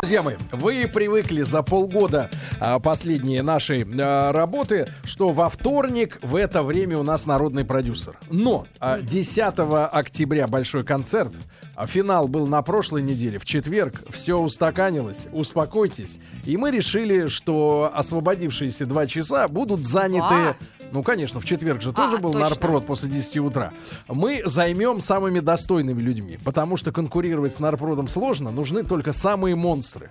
Друзья мои, вы привыкли за полгода а, последней нашей а, работы, что во вторник в это время у нас народный продюсер. Но а, 10 октября большой концерт, а финал был на прошлой неделе, в четверг, все устаканилось, успокойтесь. И мы решили, что освободившиеся два часа будут заняты... Два? Ну, конечно, в четверг же А, тоже был точно. нарпрод после 10 утра. Мы займем самыми достойными людьми, потому что конкурировать с нарпродом сложно, нужны только самые монстры.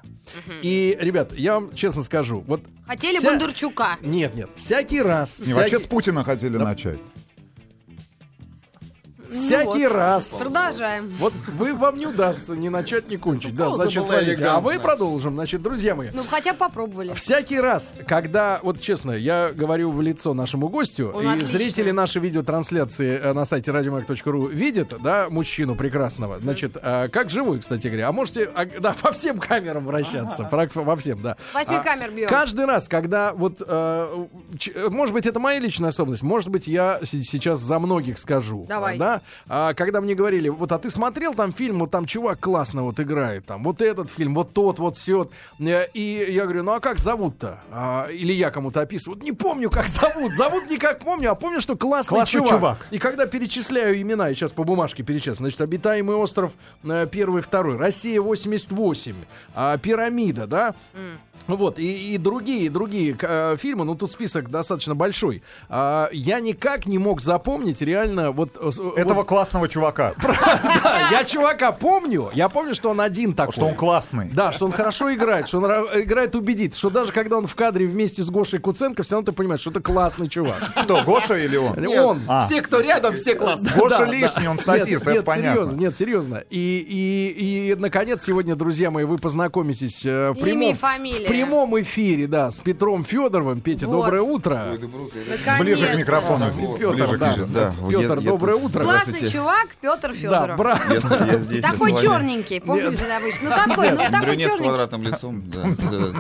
И, ребят, я вам честно скажу, вот... Хотели вся- Бондарчука. Нет, нет, всякий раз... Не, вообще с всякий- Путина хотели начать. Ну всякий раз... Продолжаем. Вот вы вам не удастся ни начать, ни кончить. Да, пауза значит, была смотрите, а мы элегантная. продолжим. Значит, друзья мои, Ну, хотя бы попробовали. Э, Всякий раз, когда, вот честно, я говорю в лицо нашему гостю, Он и отличный. зрители нашей видеотрансляции э, на сайте радиомаг.ру видят, да, мужчину прекрасного, значит, э, как живой, кстати говоря, а можете, а, да, по всем камерам вращаться, прак- во всем, да. Восьми А, камер бьем. Каждый раз, когда вот, э, ч- э, может быть, это моя личная особенность, может быть, я с- сейчас за многих скажу, Давай. да, А, когда мне говорили, вот, а ты смотрел там фильм, вот там чувак классно вот играет, там, вот этот фильм, вот тот, вот все, и я говорю, ну а как зовут-то? А, или я кому-то описываю, вот не помню, как зовут, зовут никак помню, а помню, что классный, Классный чувак. И когда перечисляю имена, я сейчас по бумажке перечислю, значит, обитаемый остров э, первый, второй, Россия 88, а, пирамида, да, вот, и, и другие, другие э, фильмы, ну тут список достаточно большой. А, я никак не мог запомнить реально вот... э, с- Этого вот- классного чувака. Да, я чувака помню, я помню, что он один такой. Что он классный. Да, что он хорошо играет, что он ра- играет убедит, что даже когда он в кадре вместе с Гошей Куценко, все равно ты понимаешь, что это классный чувак. Кто, Гоша или он? Нет, Он. А. Все, кто рядом, все классные. Гоша лишний, он статист, Нет, это нет, серьезно, понятно. нет, серьезно. И, и, и, наконец, сегодня, друзья мои, вы познакомитесь э, в, Имя прямом, и фамилия. в прямом эфире, да, с Петром Федоровым. Петя, Вот. доброе утро. Ближе к Наконец-то. микрофону. Вот, Петр, ближе, да. ближе, да. Вот Петр, я- я доброе тут- утро. Классный Здравствуйте. чувак Петр Да, Федоров. брат. Я- я здесь, я с Такой вами. черненький, помнишь же обычно? Ну такой, ну такой Брюнет с черненький. квадратным лицом. да, да, да.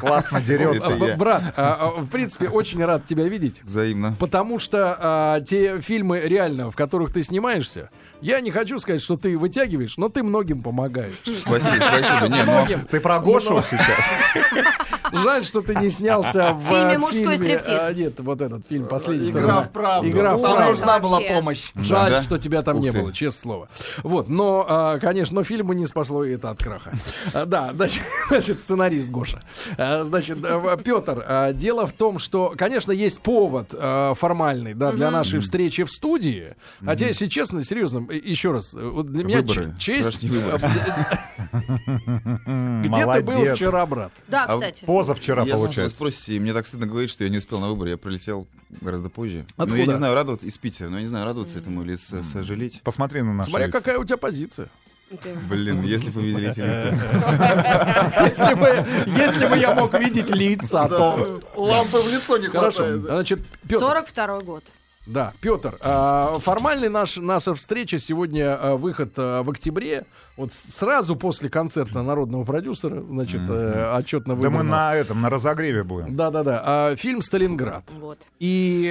Классно Это дерется. я. Б- Брат, а, а, в принципе, очень рад тебя видеть. Взаимно. Потому что а, те фильмы реально, в которых ты снимаешься, я не хочу сказать, что ты вытягиваешь, но ты многим помогаешь. Спасибо, спасибо. Не, ну, Многим. Ты про Гошу сейчас? Жаль, что ты не снялся в фильме э, «Мужской фильме, стриптиз». а, нет, вот этот фильм последний. Э, «Игра который- в правду». Игра в Там правду. нужна была Вообще. помощь. Жаль, Да. что тебя там Ух не ты. было, честное слово. Вот, но, а, конечно, но фильму не спасло и это от краха. А, Да, значит, значит, сценарист Гоша. А, Значит, Петр, э, дело в том, что, конечно, есть повод а, формальный, да, для нашей встречи в студии. Хотя, если честно, серьезно, э, еще раз, э, вот для меня Выборы. ч- честь... Вчерашние выборы. э, Где ты был Молодец. вчера, брат? Да, А кстати. Позавчера, Я знал, что вы получается. спросите, и мне так стыдно говорить, что я не успел на выборы, я прилетел гораздо позже. Ну, я Откуда? не знаю, радоваться из Питера, но я не знаю, радоваться этому или с- сожалеть. Посмотри на наши а Смотря лица. какая у тебя позиция. Ты- Блин, если бы вы видели эти лица. Если бы, если бы я мог видеть лица, то... Лампы в лицо не Хорошо, значит, Петр, 42 год. Да, Петр, а, формальный наш, наша встреча сегодня а, выход а, в октябре, вот с- сразу после концерта народного продюсера, значит, э, отчетно Да мы на этом, на разогреве будем. Да, да, да. фильм Сталинград. Вот. И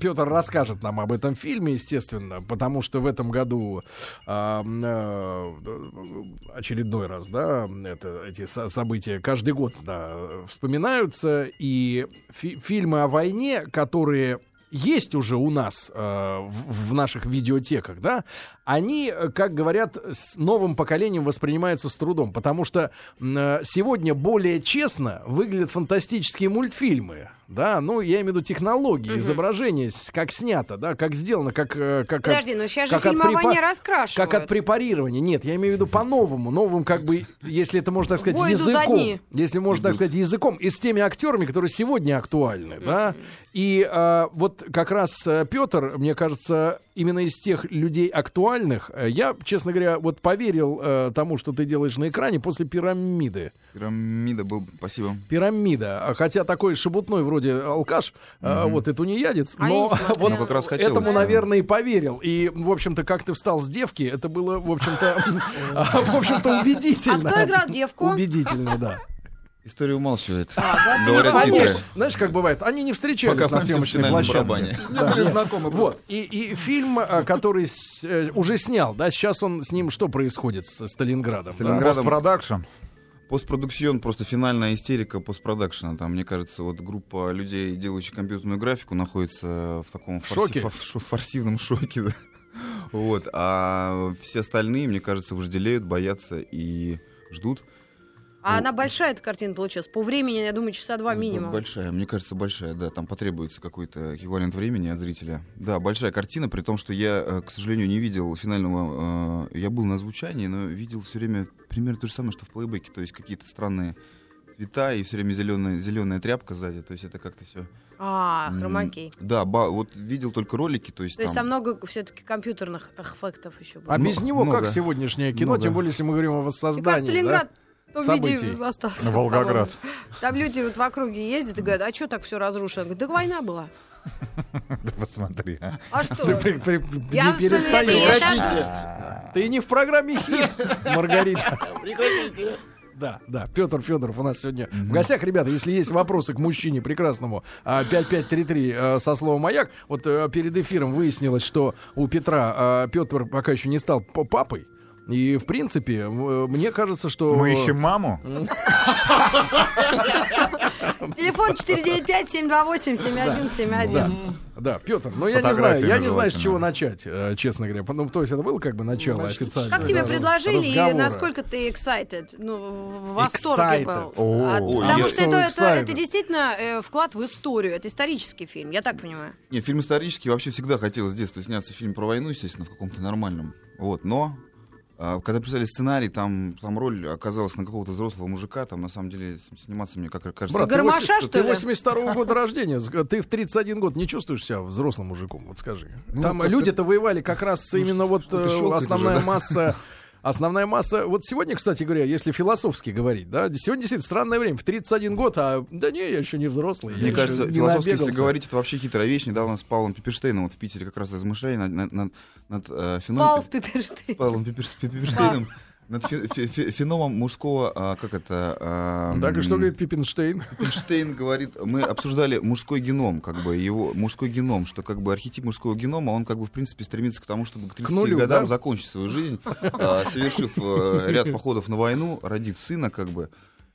Петр расскажет нам об этом фильме, естественно, потому что в этом году а, м, э, очередной раз, да, это, эти со- события каждый год да, вспоминаются, и фи- фильмы о войне, которые есть уже у нас э, в, в наших видеотеках, да, они, э, как говорят, с новым поколением воспринимаются с трудом, потому что м, э, сегодня более честно выглядят фантастические мультфильмы, да, ну, я имею в виду технологии, изображение, с- как снято, да, как сделано, как... э, как от- Подожди, ну сейчас же как от фильм о припа- войне раскрашивают. Как от препарирования. Нет, я имею в виду по-новому. Новым, как бы, если это можно так сказать, Ой, ну идут языком. одни. Если можно так Идут. сказать, языком. И с теми актерами, которые сегодня актуальны. Да? И а, вот как раз Петр, мне кажется, именно из тех людей актуальных, э, я, честно говоря, вот поверил э, тому, что ты делаешь на экране после пирамиды. Пирамида был, спасибо. Пирамида. А Хотя такой шебутной вроде алкаш, а, вот и тунеядец, А я но не смотрела. вот Ну, как раз хотелось. этому, наверное, и поверил. И, в общем-то, как ты встал с девки, это было, в общем-то, в общем-то, А убедительно. кто играл девку? Убедительно, да. Ну, История умалчивает. да, Говорят понимаешь. титры. Знаешь, как бывает, они не встречались Пока на Фантик в съемочной финальном площадке. барабане. Да. были знакомы Вот. И, и фильм, э, который с- э, уже снял, да, сейчас он с ним что происходит с Сталинградом? да? Сталинград. Ленинградом. Постпродакшн. Постпродукцион, просто финальная истерика постпродакшена. Там, мне кажется, вот группа людей, делающих компьютерную графику, находится в таком Шоке? форси- фо- шо- форсивном шоке. да. Вот. А все остальные, мне кажется, вожделеют, боятся и ждут. А она большая, эта картина получилась. По времени, я думаю, часа два Б- минимум. Большая, мне кажется, большая, да. Там потребуется какой-то эквивалент времени от зрителя. Да, большая картина, при том, что я, э, к сожалению, не видел финального... э, Я был на звучании, но видел все время примерно то же самое, что в плейбеке. То есть какие-то странные цвета и все время зеленая, зеленая тряпка сзади. То есть это как-то все... А, хромакей. Да, ба- вот видел только ролики, то есть То есть там там... много все-таки компьютерных эффектов еще А было. без Ну, него ну как да. сегодняшнее кино, Ну да. тем более, если мы говорим о Мне воссоздании. кажется, Ленинград в том событий. виде остался. Волгоград. по-моему. Там люди вот в округе ездят и говорят, а что так все разрушено? Я говорю, да война была. Да посмотри. а. А да? что? Ты при- при- при- Я не в перестаешь. Совете, я так- Ты не в программе хит, Маргарита. Да, да, Петр Федоров у нас сегодня в гостях. Ребята, если есть вопросы к мужчине прекрасному, а, 5533 э, со словом «Маяк», вот э, перед эфиром выяснилось, что у Петра а, Петр пока еще не стал п- папой. И, в принципе, м- э, мне кажется, что... Мы ищем маму. Ну, Телефон 495-728-7171. Да, Петр, но я не Фотографиями знаю, я не знаю, с желательно. чего начать, э, честно говоря. Ну, то есть это было как бы начало официально. Как тебе да, предложили и разговора. насколько ты excited? Ну, в восторге Excited. был. О, От- ой, Потому я что so это- это это excited. действительно э, вклад в историю. Это исторический фильм, я так понимаю. Не, фильм исторический. Вообще всегда хотелось с детства сняться фильм про войну, естественно, в каком-то нормальном. Вот, но а, когда писали сценарий, там, там роль оказалась на какого-то взрослого мужика, там на самом деле с- сниматься мне, как кажется... Брат, ты Гармоша, восемь- что ты ли? 82 года рождения, с- ты в 31 год не чувствуешь себя взрослым мужиком, вот скажи. Ну, Там как-то- Ну, люди-то воевали как раз именно вот что-то э, щелкает основная уже, да. масса... Основная масса... Вот сегодня, кстати говоря, если философски говорить, да, сегодня действительно странное время. В 31 год, а... Да не, я еще не взрослый. я Мне еще кажется, не философски, если набегался. говорить, это вообще хитрая вещь. Недавно с Павлом Пипперштейном вот в Питере как раз размышляли над, над, над, над, э, Ну, феноменом... Пал в Пепперштейн. Павлом Пиппер- Пипперштейном. Над фе- фе- фе- феноменом мужского, а, как это... а, Ну, Так, и что м, говорит Пиппенштейн? Эйнштейн говорит, мы обсуждали мужской геном, как бы его мужской геном, что как бы архетип мужского генома, он как бы в принципе стремится к тому, чтобы к 30 нулю, годам да? закончить свою жизнь, а, совершив э, ряд походов на войну, родив сына, как бы,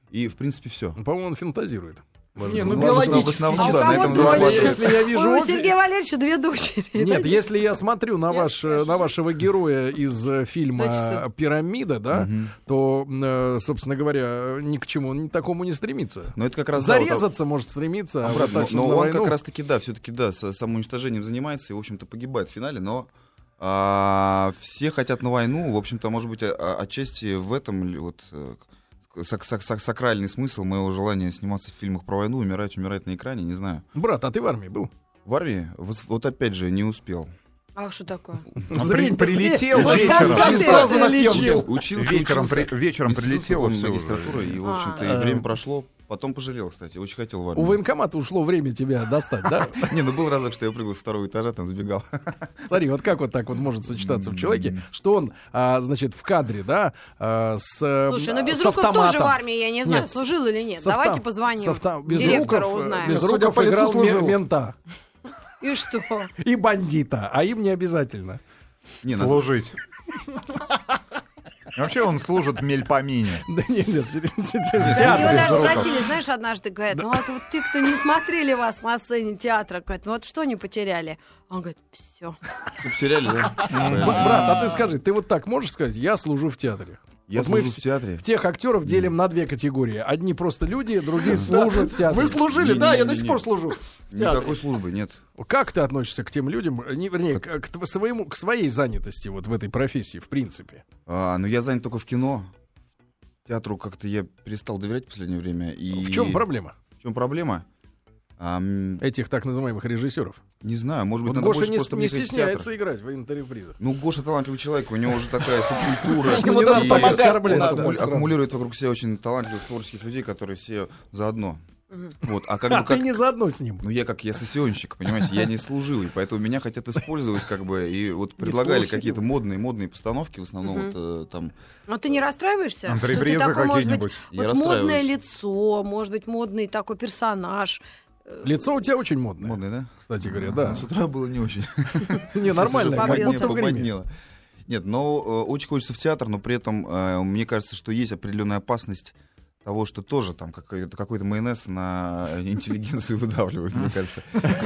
и в принципе все. По-моему, он фантазирует. Не, Ну, ну в биологически. основном, А у да, на кого этом двое? зарабатывает. Если я Ой, вижу у офис- Сергея Валерьевича две дочери. Нет, если я смотрю на, Нет, ваш, э, на вашего героя из э, фильма Точно. «Пирамида», да, Мгм. то, э, собственно говоря, ни к чему ни к такому не стремится. Но это как раз да, вот- Зарезаться может стремиться, а Обратно. вот так, но чтобы на он войну- как раз-таки, да, все-таки, да, со- самоуничтожением занимается и, в общем-то, погибает в финале, но а, все хотят на войну, в общем-то, может быть, а- а- отчасти в этом ли вот э, к- сак- сак- сак- сакральный смысл моего желания сниматься в фильмах про войну, умирать, умирать на экране, не знаю. Брат, а ты в армии был? В армии, вот, вот опять же, не успел. А что такое? Он при- прилетел Вот вечером. сказка Учился. сразу на Учился, съемке. Учился, Вечером, учился. при- вечером Институт прилетело законной все. магистратуры, и, в А. общем-то, и время прошло. Потом пожалел, кстати, очень хотел в армию. У военкомата ушло время тебя достать, да? Не, ну был разок, что я прыгал с второго этажа, там забегал. Смотри, вот как вот так вот может сочетаться в человеке, что он, а, значит, в кадре, да, а, с э, Слушай, с ну Безруков автоматом. тоже в армии, я не знаю, Нет, служил или нет. С авто- Давайте с позвоним авто- директору, Безруков, э, узнаем. Безруков по лицу играл ме- служил. мента И что? и бандита, а им не обязательно. Не, на- Служить. Вообще он служит мельпомине. Да нет, нет, серьезно, в Его театре. даже спросили, знаешь, однажды говорят, ну вот, вот те, кто не смотрели вас на сцене театра, говорят, ну вот что не потеряли? Он говорит, все. потеряли, да? Б- Правильно. Брат, а ты скажи, ты вот так можешь сказать, я служу в театре? Я Вот мы служу в вс- театре. Тех актеров делим на две категории. Одни просто люди, другие служат в театре. Вы служили, да? Я до сих Не-не-не. пор служу. в театре. Никакой службы нет. Как ты относишься к тем людям, э, не, вернее, к, к тв- своему, к своей занятости вот в этой профессии, в принципе? А, но я занят только в кино. Театру как-то я перестал доверять в последнее время. И... В чем проблема В чем проблема? А, м, этих так называемых режиссеров? не знаю, может быть, Вот надо Гоша больше не, просто не мне ходить в театр. стесняется играть в интервью-призах. Ну, Гоша талантливый человек, у него уже такая субкультура. Ему И даже он помогать не надо, аккуму- сразу. аккумулирует вокруг себя очень талантливых творческих людей, которые все заодно. Мгм. Вот, а как А бы как... ты не заодно с ним. Ну, я как я сессионщик, понимаете, я не служил, и поэтому меня хотят использовать, как бы, и вот предлагали служил. какие-то модные, модные постановки, в основном Мгм. вот э, там... А ты не расстраиваешься? что ты Антрепризы такой, может быть, какие-нибудь. Я вот модное расстраиваюсь. лицо, может быть, модный такой персонаж. Э, Лицо у тебя очень модное, Модные, да? кстати говоря, да. С утра было не очень. ну, Не, нормально. как Сейчас уже побледнело, будто в гриме. побледнело. Нет, но э, очень хочется в театр, но при этом э, мне кажется, что есть определенная опасность того, что тоже там какой-то, какой-то майонез на интеллигенцию выдавливают, мне кажется.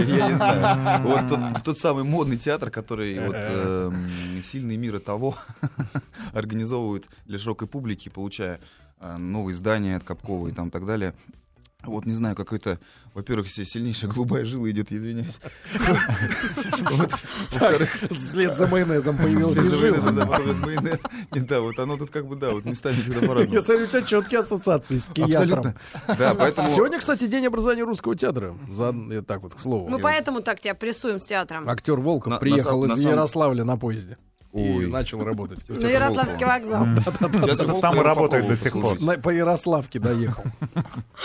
Я не знаю. Вот тот, тот самый модный театр, который вот, э, м, сильные мира того организовывают для широкой публики, получая э, новые здания от Капкова и там так далее. Вот, не знаю, какой-то, во-первых, си- сильнейшая голубая жила идет, я извиняюсь. Вот. Во-вторых, Вслед за майонезом появился это же, это, жир. да, потом этот майонез. И да, вот оно тут как бы, да, вот местами всегда по-разному. Я смотрю, у тебя четкие ассоциации с Абсолютно. киатром. Да, поэтому... Сегодня, кстати, день образования русского театра. За, я так вот, к Мы слову. поэтому так тебя прессуем с театром. Актер Волков На- на приехал сам- на из самом- Ярославля на поезде и Ой. начал работать. На Ярославский вокзал. Театр Там и Волкова работает Попова, до сих пор. послушайте. На- По Ярославке доехал.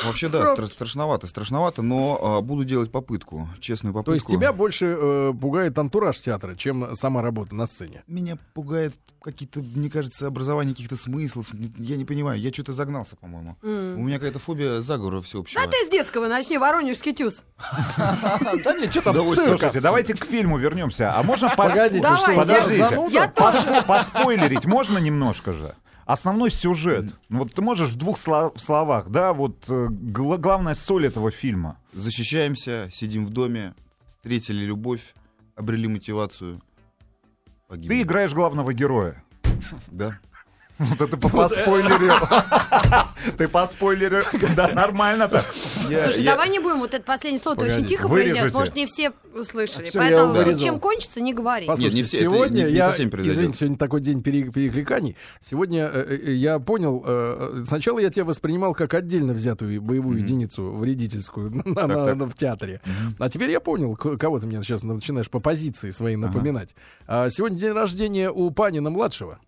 Вообще, да, стра- страшновато, страшновато, но а, буду делать попытку, честную попытку. То есть тебя больше э, пугает антураж театра, чем сама работа на сцене. Меня пугает какие-то, мне кажется, образование каких-то смыслов. Я не понимаю, я что-то загнался, по-моему. У меня какая-то фобия заговора всеобщего. Да А ты с детского начни, Воронежский тюз. Да нет, что там с цирком? Слушайте, давайте к фильму вернемся. А можно... пос- Погодите, Давай, что, подождите. за- зануда? Я тоже. Пос- Поспойлерить можно немножко же? Основной сюжет. Ну, Вот ты можешь в двух сло- словах, да, вот э, гла- главная соль этого фильма. Защищаемся, сидим в доме, встретили любовь, обрели мотивацию. Погибли. Ты играешь главного героя. Да. Вот это по- поспойлерил. Ты поспойлерил. Да, нормально так. Я- Слушай, я- давай не будем вот это последнее слово, ты очень Погодите. тихо Вырежете. произнес, может, не все услышали. Всё, я Поэтому его вырезал. чем кончится, не говори. Послушайте, не все, это сегодня не- не я, со всеми произойдет. извините, сегодня такой день пере- перекликаний. Сегодня э, э, я понял, э, сначала я тебя воспринимал как отдельно взятую боевую единицу вредительскую на- на- Так, так. на- в театре. А теперь я понял, к- кого ты мне сейчас начинаешь по позиции своей напоминать. А, Сегодня день рождения у Панина младшего.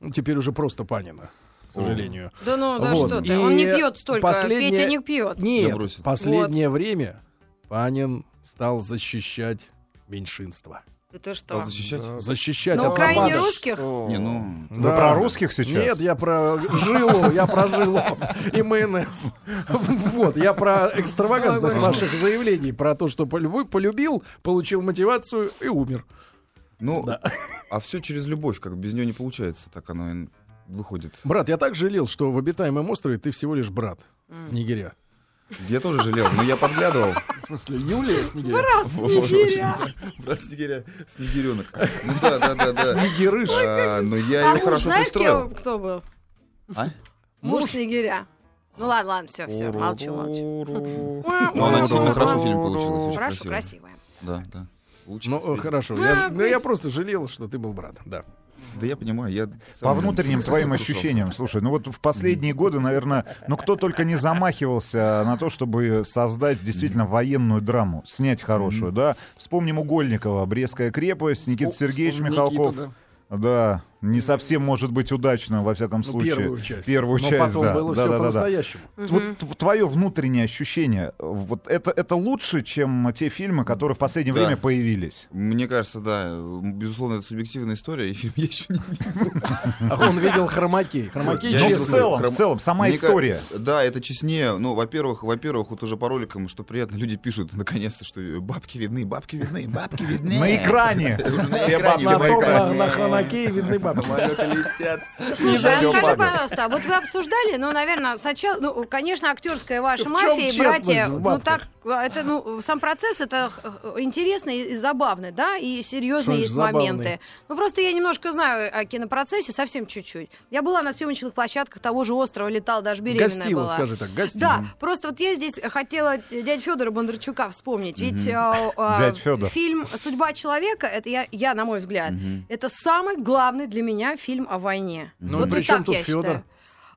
Ну, теперь уже просто Панина, к сожалению. Да ну, да Вот. что ты, И он не пьет столько, последнее- Петя не пьет. Нет, Я бросил. последнее время Панин стал защищать меньшинство. Да ты что? Стал защищать? Защищать На от Украине нападок. русских? Не, ну... Вы про русских сейчас? Нет, я про жилу, я про жилу и майонез. Вот, я про экстравагантность Ой, боже. ваших заявлений, про то, что полю- полюбил, получил мотивацию и умер. Ну, а все через любовь, как бы без нее не получается, так оно и выходит. Брат, я так жалел, что в обитаемом острове ты всего лишь брат с Нигеря. Я тоже жалел, но я подглядывал. В смысле, Юлия с Нигеря? Снегиря. Брат Снегиря, Снегиренок. Ну да, да, да, да. Снегирыш. А, Но я А его муж хорошо знаешь, пристроил. кем- кто был? А? Муж Снегиря. Ну ладно, ладно, все, все, молчу, молчу. Ну, она действительно хорошо фильм получилась, очень Хорошо, красиво. красивая. Да, да. Лучше. Ну, э, хорошо. Я, ну, я просто жалел, что ты был брат. Да. Ну, Да я понимаю, я... По сам внутренним сокрушался. твоим ощущениям, слушай, ну вот в последние годы, наверное, ну кто только не замахивался на то, чтобы создать действительно военную драму, снять хорошую, да. Вспомним Угольникова, Брестская крепость, Никита Сергеевич Михалков. Да, не совсем может быть удачно, во всяком Ну, случае. первую часть. Первую Но часть, потом да. было Да, все да, да, да. по-настоящему. Вот тв- твое внутреннее ощущение, э, вот это, это лучше, чем те фильмы, которые в последнее Да. время появились. Мне кажется, да, безусловно, это субъективная история, и фильм я еще не А он видел хромакей. Хромакей Я Но не честный. Ну, в целом, Хром- в целом, сама Мне ка- история. Да, это честнее. Ну, во-первых, во-первых, вот уже по роликам, что приятно, люди пишут наконец-то, что бабки видны, бабки видны, бабки видны. На экране. Все бабки На, на том, на, экране. на хромакее видны бабки. Самолеты летят. Слушай, а Всё скажи, падает. пожалуйста, а вот вы обсуждали, ну, наверное, сначала, ну, конечно, актерская В ваша чём мафия и честность братья, в ну, бабках? так, а, это, ну, сам процесс, это х- х- интересный и забавный, да, и Что серьезные значит есть забавный? моменты. Ну, просто я немножко знаю о кинопроцессе, совсем чуть-чуть. Я была на съемочных площадках того же острова, летал, даже беременная Гостила, была. скажи так, гостила. Да, просто вот я здесь хотела дядь Федора Бондарчука вспомнить, ведь э, э, Дядь Фёдор. фильм "Судьба человека" это я, я на мой взгляд, это самый главный для меня фильм о войне. Ну, вот при вот чём так тут я Фёдор? считаю.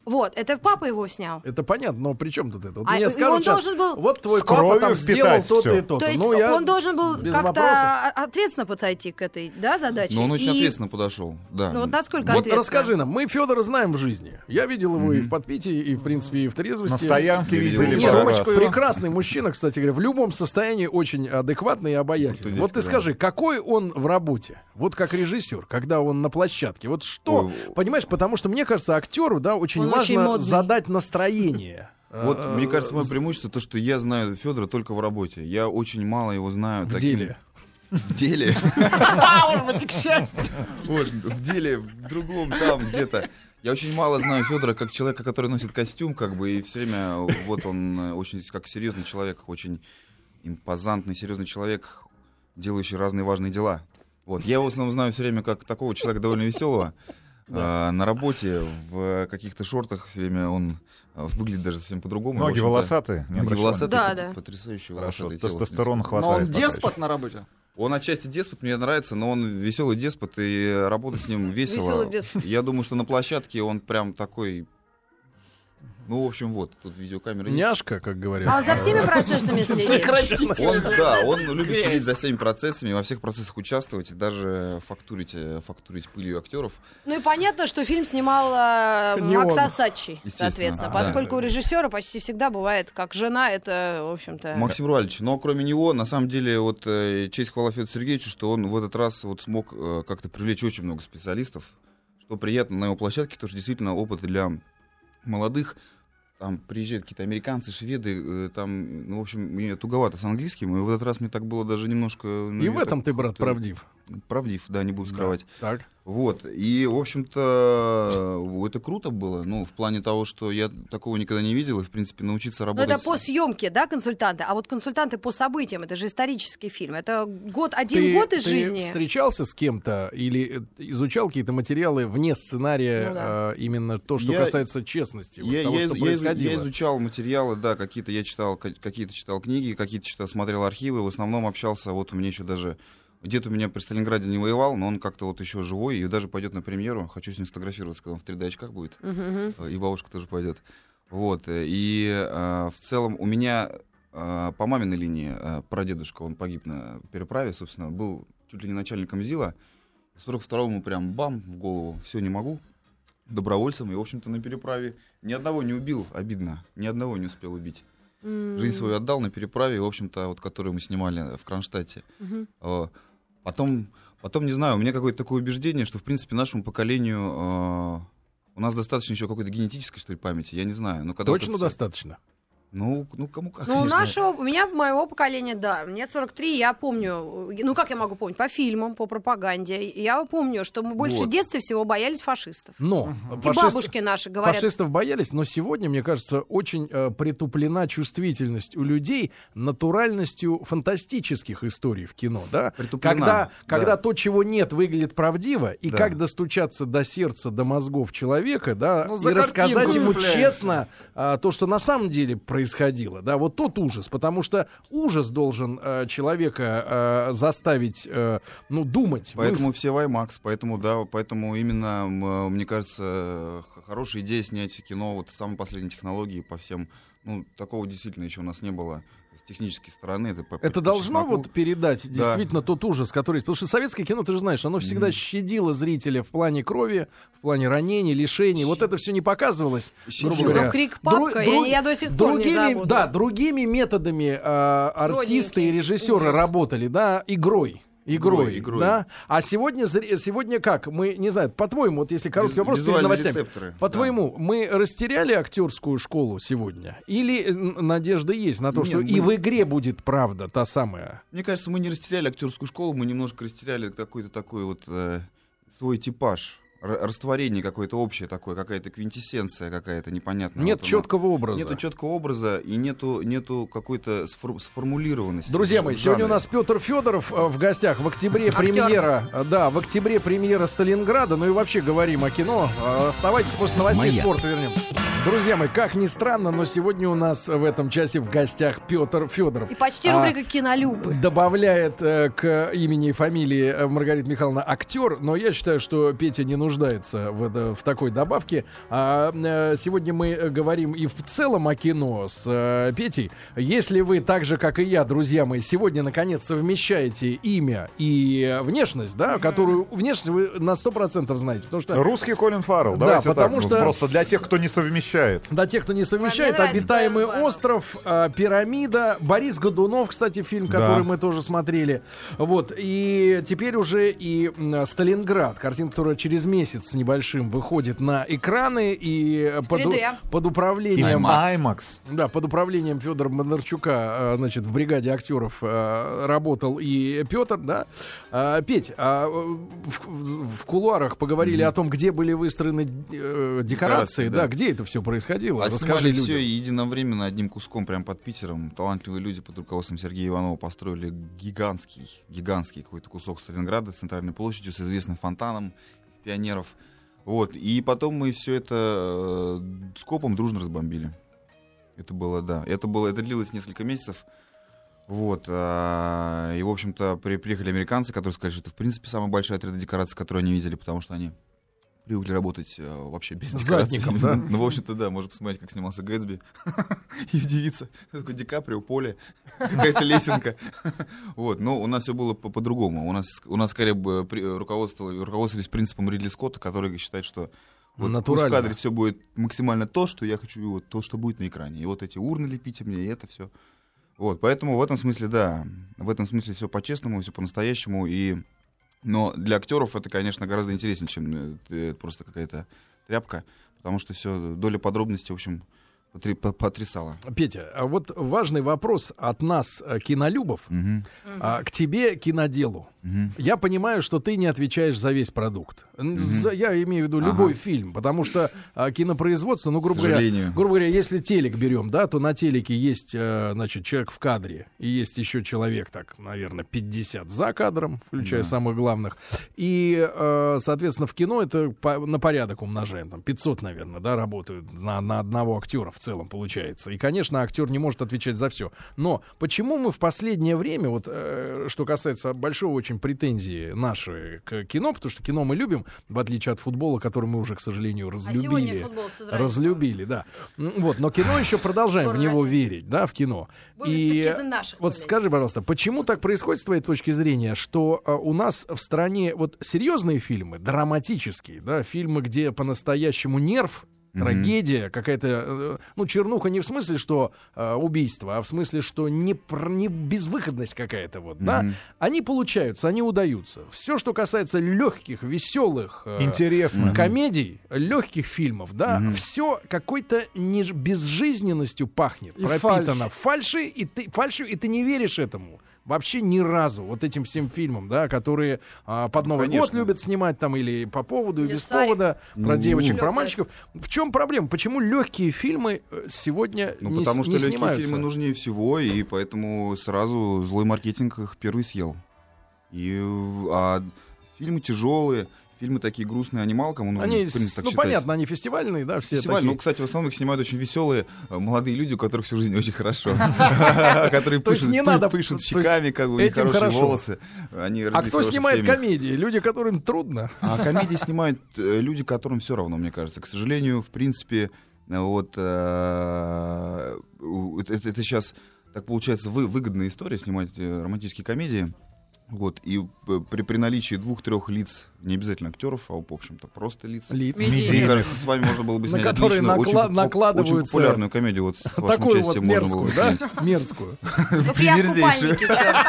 Вот, это папа его снял. Это понятно, но при чем тут это? Вот А, мне и скажут он щас, должен был- вот твой С папа кровью там сделал впитать то-то всё. и то-то. То есть Ну, я он должен был без как-то вопросов. о- ответственно подойти к этой да, задаче. Но Ну, он очень И- ответственно подошел. Да. Ну вот насколько Вот ответственно? расскажи нам, мы Федора знаем в жизни. Я видел его и в подпитии, и в принципе, и в трезвости. На стоянке Я видели видел Нет, пару пару раз. Ромочка раз. прекрасный мужчина, кстати говоря, в любом состоянии очень адекватный и обаятельный. Вот Вот ты удивительно. скажи, какой он в работе? Вот как режиссер, когда он на площадке. Вот что, Ой, понимаешь, потому что мне кажется, актеру, да, очень Он очень важно модный. задать настроение. Вот, Э, мне кажется, мое с- преимущество то, что я знаю Федора только в работе. Я очень мало его знаю. в таким- деле. В деле. Вот, в деле, в другом там где-то. Я очень мало знаю Федора как человека, который носит костюм, как бы, и все время вот он э, очень как серьезный человек, очень импозантный, серьезный человек, делающий разные важные дела. Вот. Я его в основном знаю все время как такого человека довольно веселого. на работе, в э, каких-то шортах все время он э, выглядит даже совсем по-другому. В Ноги общем-то, волосатые. не Ноги обращал. волосатые, Да, пот- да. потрясающие Хорошо, волосатые тело, в принципе. тестостерон Но он хватает. пока деспот еще. на работе. Он отчасти деспот, мне нравится, но он веселый деспот, и работать с ним весело. Веселый деспот. Я думаю, что на площадке он прям такой... Ну, в общем, вот, тут видеокамера есть. Няшка, как говорят. А он за всеми процессами следит. Прекратите. Он, да, он любит Грязь. следить за всеми процессами, во всех процессах участвовать, и даже фактурить, э, фактурить пылью актеров. Ну и понятно, что фильм снимал э, Не Макс он. Асачи, Естественно. соответственно, А, да. поскольку у режиссера почти всегда бывает, как жена, это, в общем-то... Максим Руальевич, но кроме него, на самом деле, вот э, честь хвала Федору Сергеевичу, что он в этот раз вот смог э, как-то привлечь очень много специалистов, что приятно на его площадке, потому что действительно опыт для молодых, там приезжают какие-то американцы, шведы, э, там, ну, в общем, мне туговато с английским, и в этот раз мне так было даже немножко... ну, И я в так этом ты, брат, как-то правдив. Правдив, да, не буду скрывать. Так. Вот, и, в общем-то, э, это круто было, ну, в плане того, что я такого никогда не видел, и, в принципе, научиться А Ну, работать... это по съемке, да, консультанты, а вот консультанты по событиям, это же исторический фильм, это год, один Ты- год из ты жизни. встречался с кем-то или э, изучал какие-то материалы вне сценария, Ну да. э, именно то, что Я- касается честности, вот Я, того, я что из- я из- я происходило? изучал материалы, да, какие-то я читал, ка- какие-то читал книги, какие-то читал, смотрел архивы, в основном общался, вот у меня еще даже Дед у меня при Сталинграде не воевал, но он как-то вот еще живой и даже пойдет на премьеру. Хочу с ним сфотографироваться, когда он в 3D очках будет. Мгм. Э, И бабушка тоже пойдет. Вот. э, И э, в целом у меня э, по маминой линии э, прадедушка, он погиб на переправе, собственно, был чуть ли не начальником ЗИЛа. В 42-му прям бам в голову, все, не могу. Добровольцем, и, в общем-то, на переправе ни одного не убил, обидно, ни одного не успел убить. М. Жизнь свою отдал на переправе, в общем-то, вот которую мы снимали в Кронштадте. Мгм. Э, Потом, потом, не знаю, у меня какое-то такое убеждение, что, в принципе, нашему поколению э, у нас достаточно еще какой-то генетической, что ли, памяти, я не знаю. Но когда вот Точно это всё- достаточно. Ну, ну, кому как, Ну, у конечно. нашего, у меня, моего поколения, да. Мне 43, я помню, э, ну, как я могу помнить, по фильмам, по пропаганде. Я помню, что мы больше Вот. в детстве всего боялись фашистов. Но И фашист- бабушки наши говорят, фашистов боялись, но сегодня, мне кажется, очень э, притуплена чувствительность у людей натуральностью фантастических историй в кино, да? Притуплена, Когда, да. когда то, чего нет, выглядит правдиво, и Да. как достучаться до сердца, до мозгов человека, да, Ну, и за рассказать картинку ему цепляемся. честно а, то, что на самом деле происходило, да, вот тот ужас, потому что ужас должен э, человека э, заставить, э, ну, думать. Поэтому мыслить. все Ваймакс, поэтому, да, поэтому именно, м, э, мне кажется, х- хорошая идея снять кино вот самой последней технологии по всем, ну, такого действительно еще у нас не было с технической стороны. Это, по- Это по должно чесноку. вот передать действительно тот ужас, который... Потому что советское кино, ты же знаешь, оно всегда щадило зрителя в плане крови, в плане ранений, лишений. Вот это все не показывалось, грубо Щадило. говоря. Ну, крик Дру- папка, дру- я- я до сих пор не другими, забуду. Да, другими методами э, артисты и Родненький. режиссеры Ужас. работали, да, игрой. Игрой, Игрой, игрой. да. А сегодня, зр- сегодня как? Мы, не знаю, по-твоему, вот если короткий Визу- вопрос перед визуальные новостями. рецепторы, По-твоему, мы растеряли актерскую школу сегодня? Или э, н- надежда есть на то, Не, что мы- и в игре будет правда та самая? Мне кажется, мы не растеряли актерскую школу, мы немножко растеряли какой-то такой вот э, свой типаж, р- растворение какое-то общее такое, какая-то квинтэссенция какая-то Нет непонятная. Ну, Вот она. четкого образа. Нету четкого образа и нету, нету какой-то сфор- сформулированности. Друзья в мои, жанре. сегодня у нас Петр Федоров э, в гостях. В октябре Актер. премьера, э, да, в октябре премьера Сталинграда. Ну и вообще говорим о кино. Э, Оставайтесь после новостей Маяк. спорта вернемся. Друзья мои, как ни странно, но сегодня у нас в этом часе в гостях Петр Федоров. И почти А, рубрика «Кинолюбы». добавляет э, к имени и фамилии э, Маргарита Михайловна актер, но я считаю, что Петя не нуждается в, это- в такой добавке. А, э, сегодня мы э, говорим и в целом о кино с э, Петей. Если вы так же, как и я, друзья мои, сегодня наконец совмещаете имя и э, внешность, да, которую внешность вы на 100% знаете, потому что Русский Колин Фаррелл, Да, давайте потому так, что- просто для тех, кто не совмещает. Для тех, кто не совмещает, Мне нравится обитаемый Тарантино. остров, э, пирамида, Борис Годунов, кстати, фильм, Да. который мы тоже смотрели. Вот, и теперь уже и м, Сталинград, картина, которая через месяц с небольшим выходит на экраны и э, под, у- 3D. под управлением... IMAX. Да, под управлением Федора Бондарчука, э, значит, в бригаде актеров э, работал и Петр, да. А, Петь, а, э, в, в- в кулуарах поговорили о том, где были выстроены э, декорации, Декорации, да. да. где это все происходило. А Расскажи снимали все людям. единовременно одним куском, прям под Питером. Талантливые люди под руководством Сергея Иванова построили гигантский, гигантский какой-то кусок Сталинграда с центральной площадью, с известным фонтаном, с пионеров. Вот. И потом мы все это э, скопом дружно разбомбили. Это было, да. Это было, это длилось несколько месяцев. Вот. а, И, в общем-то, при- приехали американцы, которые сказали, что это, в принципе, самая большая 3D-декорация, которую они видели, потому что они привыкли работать э, вообще без С декораций. задником, да? Ну, в общем-то, да, можно посмотреть, как снимался Гэтсби. И удивиться. Такой Ди Каприо, поле, какая-то лесенка. Вот, но у нас все было по- по-другому. У нас, у нас скорее бы при- руководствовали- руководствовались принципом Ридли Скотта, который считает, что вот Натурально. пусть в кадре все будет максимально то, что я хочу, и вот то, что будет на экране. И вот эти урны лепите мне, и это все. Вот, поэтому в этом смысле, да, в этом смысле все по-честному, все по-настоящему, и... Но для актеров это, конечно, гораздо интереснее, чем э, э, просто какая-то тряпка, потому что все, доля подробностей, в общем, потри- по- потрясала. Петя, а вот важный вопрос от нас, э, кинолюбов, Мгм, а, к тебе, киноделу. мгм. Я понимаю, что ты не отвечаешь за весь продукт. Н- за- я имею в виду любой фильм, потому что а, кинопроизводство, ну, грубо К говоря, сожалению. грубо говоря, если телек берем, да, то на телеке есть, э, значит, человек в кадре, и есть еще человек, так, наверное, 50 за кадром, включая Да. самых главных. И, э, соответственно, в кино это по- на порядок умножаем, там, 500, наверное, да, работают на, на одного актера в целом получается. И, конечно, актер не может отвечать за все. Но почему мы в последнее время, вот, э, что касается большого очень претензии наши к кино, потому что кино мы любим, в отличие от футбола, который мы уже, к сожалению, А разлюбили. сегодня футбол с Израилем. Разлюбили, да. М, Вот, но кино еще продолжаем в Скоро него Россия. верить, да, в кино. Будут И такие за наших вот болеть. скажи, пожалуйста, почему так происходит с твоей точки зрения, что а, у нас в стране вот серьезные фильмы, драматические, да, фильмы, где по-настоящему нерв, Мгм. трагедия, какая-то, э, ну, чернуха не в смысле, что э, убийство, а в смысле, что не, пр- не безвыходность какая-то вот, да, Мгм. они получаются, они удаются. Все, что касается э, легких, веселых, Интересно. Мгм. комедий, легких фильмов, да, все какой-то неж- безжизненностью пахнет, И пропитано фальши, и ты фальшью, и ты не веришь этому. Вообще ни разу вот этим всем фильмам, да, которые а, под Новый год Ну, конечно. любят снимать там или по поводу, и без Лесарик. повода, про Ну. девочек, про Лёгкая. мальчиков. В чем проблема? Почему легкие фильмы э, сегодня Ну, не, с- потому что не легкие снимаются? фильмы нужнее всего, и поэтому сразу злой маркетинг их первый съел. И, э, а фильмы тяжелые, фильмы такие грустные, анималка, ну, Они, в принципе, с- так ну, считать. понятно, они фестивальные, да, все Фестиваль, ну, такие. кстати, в основном их снимают очень веселые э, молодые люди, у которых всю жизнь очень хорошо. Которые То есть пышут- не пы- надо- пышут то есть щеками, как бы у них этим хорошие хорошо. волосы. Они а родились кто в хороших снимает семьях. комедии? Люди, которым трудно. А комедии снимают э, люди, которым все равно, мне кажется. К сожалению, в принципе, э, вот э, у- это, сейчас так получается вы, выгодная история снимать э, романтические комедии. Вот, и э, при, при наличии двух-трех лиц, не обязательно актеров, а, в общем-то, просто лиц. Лиц. Мне Медийных. кажется, с вами можно было бы На снять которые отличную, очень, накла- поп- накладываются- очень популярную комедию. Вот с вашим Такую вот участием можно было бы мерзкую, да? снять. Мерзкую. Только я в Мерзейшую. купальнике ещё.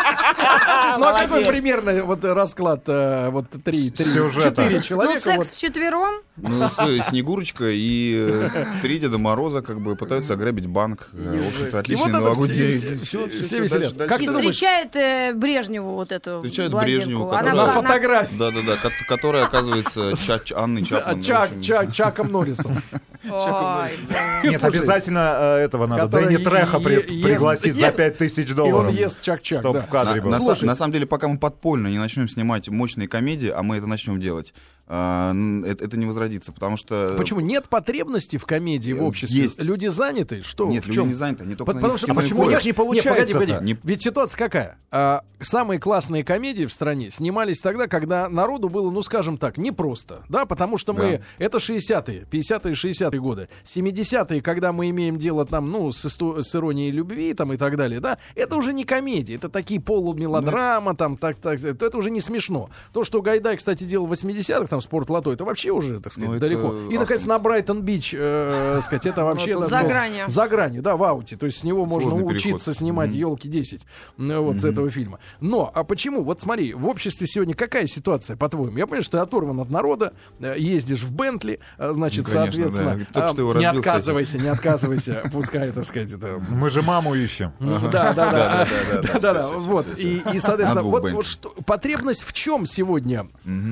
Ну а какой Молодец. примерно вот э, расклад э, вот три, три, Сюжета. четыре Ну, человека? э, секс вчетвером. Ну, с- Снегурочка и э, три Деда Мороза как бы пытаются ограбить банк. Э, В общем-то, И отличный вот это новогодний. все- все- все Всё, всё, всё, веселятся. дальше, дальше. Как И ты думаешь? встречает э, Брежневу вот эту Встречает блондинку. Брежневу, Вот, Она На которая- в- она- фотографии. Да-да-да, ко- которая оказывается Ча- Ча- Анной Чапман. А, Чак, очень- Чак, Чаком Норрисом. Ой, блин. Нет, Слушай, обязательно э, этого надо. который Дэнни Треха при- е- ест- пригласить за ест. 5000 И он долларов. ест Чак-Чак. чтоб да. в кадре На, был. на са- Слушай. на самом деле, пока мы подпольно не начнем снимать мощные комедии, а мы это начнем делать, а, н- это, это не возродится, потому что... Почему нет потребности в комедии в Э, обществе? есть. Люди заняты? Что? Нет, в люди чем? не заняты, они По- только на Потому них что а в кино и почему ходят. их не получается-то? Нет, погоди, погоди. Не- Ведь ситуация какая? А, самые классные комедии в стране снимались тогда, когда народу было, ну скажем так, непросто. Да, потому что мы. Это 60-е, 50-е, 60-е годы. 70-е, когда мы имеем дело там, ну, с, исто- с иронией любви там и так далее, да, это уже не комедия, это такие полумелодрама, Ну. там, так, так, то это уже не смешно. То, что Гайдай, кстати, делал в 80-х, там, спорт лото, это вообще уже, так сказать, Ну, это далеко. И, автор. наконец, на Брайтон-Бич, э, сказать, это вообще... Ну, тут нас за было- гранью. За грани, да, в ауте. То есть с него можно Сложный переход. учиться снимать Мгм. елки 10 ну, вот с этого фильма. Но, а почему? Вот смотри, в обществе сегодня какая ситуация, по-твоему? Я понимаю, что ты оторван от народа, э, ездишь в Бентли, э, значит, Ну, конечно, соответственно, да. Только э, что его не разбил, кстати. отказывайся, не отказывайся, пускай, так сказать, это Мы же маму ищем. ну, Да, да, да. Да, Да-да-да-да, да, всё, да. всё, Вот. всё, всё. И, и, соответственно, На двух вот, бэнках. вот что- потребность в чем сегодня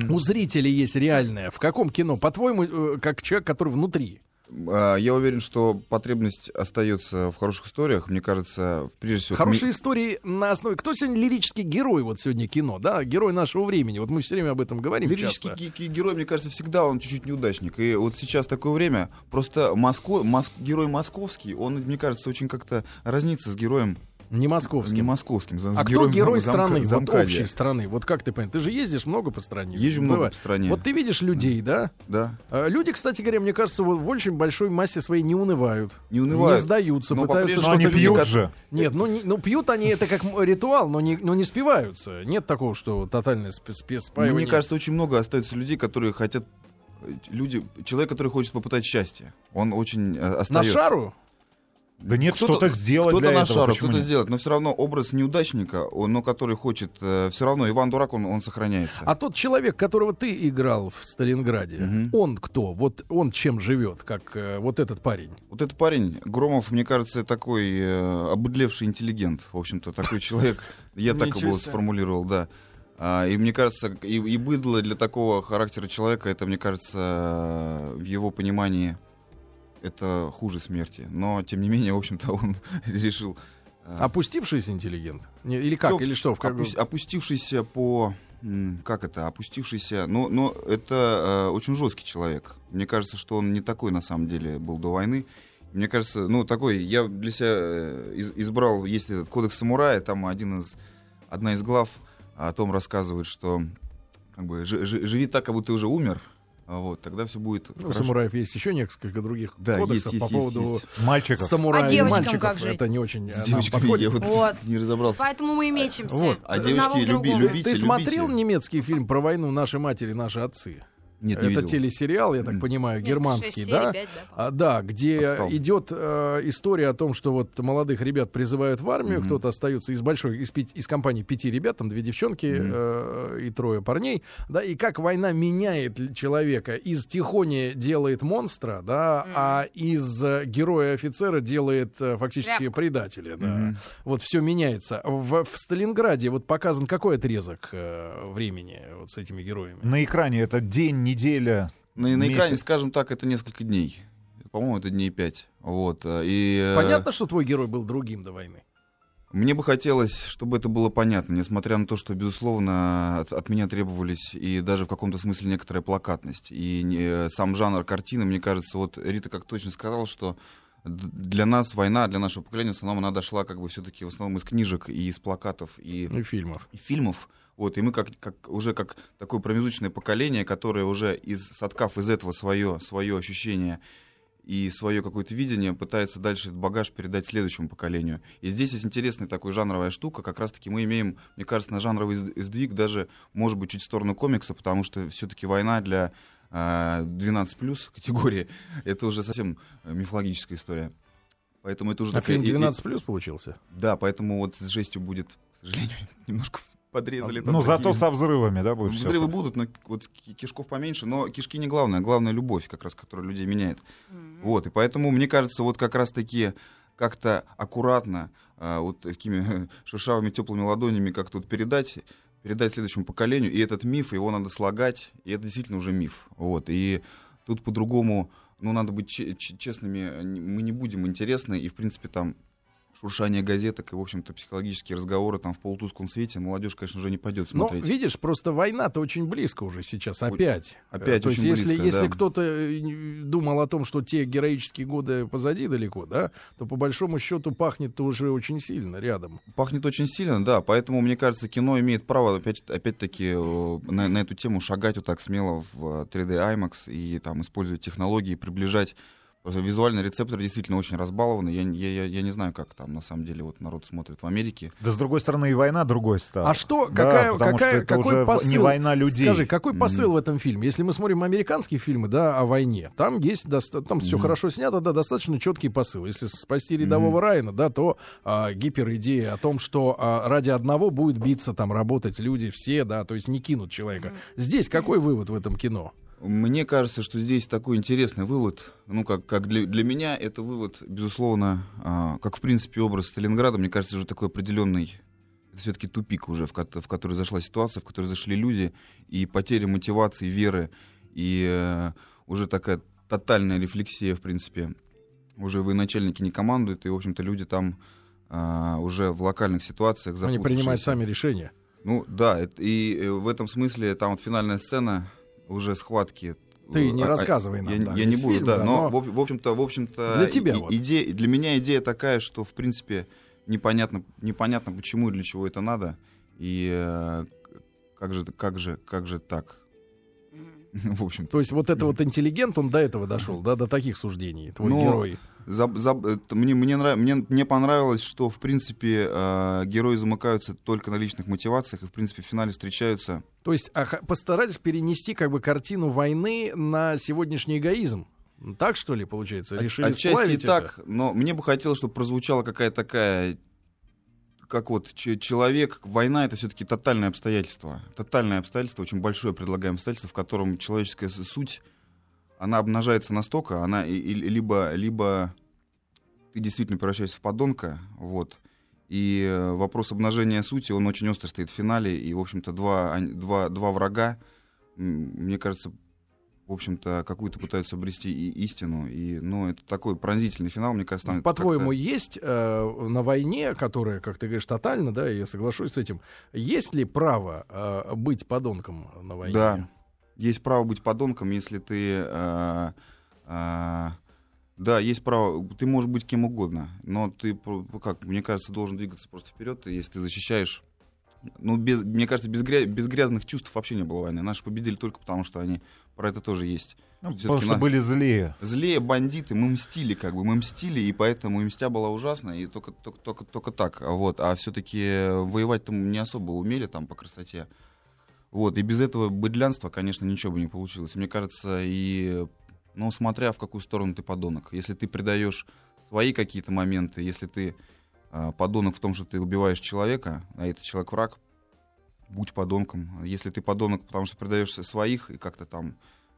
у зрителей есть реальная? В каком кино? По-твоему, э, как человек, который внутри? А, Я уверен, что потребность остается в хороших историях. Мне кажется, прежде всего... Хорошие истории на основе... Кто сегодня лирический герой вот сегодня кино, да? Герой нашего времени. Вот мы все время об этом говорим Лирический часто. ге- ге- герой, мне кажется, всегда он чуть-чуть неудачник. И вот сейчас такое время. Просто Моско... Мос- герой московский, он, мне кажется, очень как-то разнится с героем Не не московским. московским. за- с А кто героем герой замка- страны, вот замкадия. общей страны? Вот как ты понимаешь? Ты же ездишь много по стране. Езжу много Бывает. по стране. Вот ты видишь людей, да? Да. А, Люди, кстати говоря, мне кажется, вот в очень большой массе своей не унывают. Не унывают. Не сдаются, Но пытаются по-прежнему Но что-то они люди, пьют которые- же. Нет, ну, не- ну пьют они это как м- ритуал, но не, но не спиваются. Нет такого, что тотальное спи- спи- спаивание. Мне кажется, очень много остается людей, которые хотят... э, Люди, человек, который хочет попытать счастье, он очень э, на остается. шару? Да нет, Кто-то- что-то сделать Кто-то для на этого. шару, почему кто-то нет? сделает, но все равно образ неудачника, он, но который хочет, все равно Иван Дурак, он, он сохраняется. А тот человек, которого ты играл в Сталинграде, Мгм. он кто? Вот он чем живет, как э, вот этот парень? Вот этот парень, Громов, мне кажется, такой э, обыдлевший интеллигент, в общем-то, такой человек, я так Ничего его себе. сформулировал, да. А, И мне кажется, и, и быдло для такого характера человека, это, мне кажется, э, в его понимании, это хуже смерти. Но, тем не менее, в общем-то, он решил... э, Опустившийся интеллигент? Не, или как? Ну, или что? В как- опус- опустившийся по... м, Как это? Опустившийся... Но, но это э, очень жесткий человек. Мне кажется, что он не такой на самом деле был до войны. Мне кажется, ну такой, я для себя э, из- избрал, есть этот кодекс самурая, там один из, одна из глав о том рассказывает, что как бы, жи- жи- живи так, как будто ты уже умер, а вот, тогда все будет Ну, У хорошо. самураев есть еще несколько других Да, кодексов есть, есть, по есть, поводу есть. Мальчиков. самураев А и девочкам мальчиков. как жить? Это не очень э, С нам девочками подходит. я вот, Вот. не разобрался. Поэтому мы и мечемся. Вот. А от девочки, одного к люби, другому. люби. Ты любите, смотрел любите. немецкий фильм про войну «Наши матери, наши отцы»? Нет, не это видел. телесериал, я так М. понимаю, Несколько, германский, шесть да? серий, пять, да, по-моему. А, да, где Отстал. идет э, история о том, что вот молодых ребят призывают в армию, кто-то остается из большой, из, пяти- из компании пяти ребят, там две девчонки э, и трое парней, да, и как война меняет л- человека, из тихони делает монстра, да, а из э, героя-офицера делает э, фактически Тряпку. предателя, да. Вот все меняется. В, в Сталинграде вот показан какой отрезок э, времени вот с этими героями? На экране это день, неделя. На, на экране, месяц. скажем так, это несколько дней. По-моему, это дней пять. Вот. э, И э, Понятно, что твой герой был другим до войны. мне бы хотелось, чтобы это было понятно, несмотря на то, что, безусловно, от, от меня требовались и даже в каком-то смысле некоторая плакатность. И не- э, сам жанр картины, мне кажется, вот Рита как точно сказала, что д- для нас война, для нашего поколения, в основном она дошла как бы все-таки в основном из книжек и из плакатов и И ну, фильмов. и фильмов. Вот, и мы как, как, уже как такое промежуточное поколение, которое уже из, соткав из этого свое, свое ощущение и свое какое-то видение, пытается дальше этот багаж передать следующему поколению. И здесь есть интересная такая жанровая штука. Как раз-таки мы имеем, мне кажется, на жанровый сд- сдвиг даже, может быть, чуть в сторону комикса, потому что все-таки война для а, 12+, категории, это уже совсем э, мифологическая история. Поэтому это уже... А такая- фильм Ну, и- и- 12 плюс получился? да, поэтому вот с жестью будет, к сожалению, немножко подрезали. там Ну, зато такие- со взрывами, да, будет всё. Взрывы будут, но вот ки- кишков поменьше, но кишки не главное, главное любовь, как раз, которая людей меняет. Вот, и поэтому, мне кажется, вот как раз-таки как-то аккуратно, а, вот такими шершавыми теплыми ладонями как-то вот передать, передать следующему поколению, и этот миф, его надо слагать, и это действительно уже миф, вот, и тут по-другому, ну, надо быть че- че- честными, э, не- мы не будем интересны, и, в принципе, там шуршание газеток и, в общем-то, психологические разговоры там в полутусклом свете, молодежь, конечно же, не пойдет Ну, смотреть. видишь, просто война-то очень близко уже сейчас Ой, опять. Э, опять То есть, очень если, близко, если да. кто-то э, не- думал о том, что те героические годы позади далеко, да, то по большому счету пахнет-то уже очень сильно рядом. Пахнет очень сильно, да, поэтому, мне кажется, кино имеет право, опять, опять-таки, э, на, на эту тему шагать вот так смело в э, 3D IMAX и там использовать технологии, приближать. Просто визуальный рецептор действительно очень разбалованы. Я, не- я, я- я не знаю, как там на самом деле вот народ смотрит в Америке. Да, с другой стороны, и война другой стала. А что, Да, какая, потому какая- что это какой уже посыл? не война людей. Скажи, какой Мгм. посыл в этом фильме? Если мы смотрим американские фильмы, да, о войне, там есть, доста- там все Мгм. хорошо снято, да, достаточно четкий посыл. Если спасти рядового Райана, да, то а, гиперидея о том, что а, ради одного будет биться, там, работать люди все, да, то есть не кинут человека. Здесь какой вывод в этом кино? Мне кажется, что здесь такой интересный вывод. Ну, как, как для, для меня, это вывод, безусловно, а, как в принципе образ Сталинграда, мне кажется, уже такой определенный. Это все-таки тупик уже, в, кот- в который зашла ситуация, в который зашли люди, и потеря мотивации, веры, и э, уже такая тотальная рефлексия, в принципе. Уже военачальники не командуют, и, в общем-то, люди там а, уже в локальных ситуациях Они принимают запутавшиеся. сами решения. Ну да, это- и э, в этом смысле там вот финальная сцена уже схватки. Ты э, не а- а- рассказывай нам, Я, не- да, я не весь буду, фильм, да, да, но, но- в об- в общем-то, в общем-то Для тебя и- вот. идея, для меня идея такая, что в принципе непонятно, непонятно почему и для чего это надо и э, как же, как же, как же так, в общем-то. То есть вот это вот интеллигент, он до этого дошел, да, до таких суждений, твой Ну, герой. Заб- заб- это мне, мне, нрав- мне, мне понравилось, что, в принципе, э, герои замыкаются только на личных мотивациях, и, в принципе, в финале встречаются То есть а, х- постарались перенести как бы картину войны на сегодняшний эгоизм. Так что ли, получается, решили Отчасти и сплавить так, но мне бы хотелось, чтобы прозвучала какая-то такая, как вот че- человек, война это все-таки тотальное обстоятельство. Тотальное обстоятельство, очень большое предлагаем обстоятельство, в котором человеческая с- суть, она обнажается настолько, она и- и- либо, либо ты действительно превращаешься в подонка, вот, и э, вопрос обнажения сути, он очень остро стоит в финале, и, в общем-то, два, ань- два, два врага, м, мне кажется, в общем-то, какую-то пытаются обрести и истину, и, ну, это такой пронзительный финал, мне кажется, там это? это По-твоему, как-то- есть э, на войне, которая, как ты говоришь, тотально, да, я соглашусь с этим, есть ли право э, быть подонком на войне? Да. Есть право быть подонком, если ты... э, э, да, есть право, ты можешь быть кем угодно, но ты, про- ну как, мне кажется, должен двигаться просто вперед, и если ты защищаешь... Ну, без, мне кажется, без, гря- без грязных чувств вообще не было войны. Наши победили только потому, что они... Про это тоже есть. Ну, потому Всё-таки что на- были злее. Злее бандиты, мы мстили, как бы, мы мстили, и поэтому и мстя была ужасна, и только, только, только, только так, а вот. А все-таки воевать там не особо умели там по красоте. Вот, и без этого быдлянства, конечно, ничего бы не получилось. Мне кажется, и, ну, смотря в какую сторону ты подонок. Если ты предаешь свои какие-то моменты, если ты а, подонок в том, что ты убиваешь человека, а это человек враг, будь подонком. Если ты подонок, потому что предаешь своих и как-то там,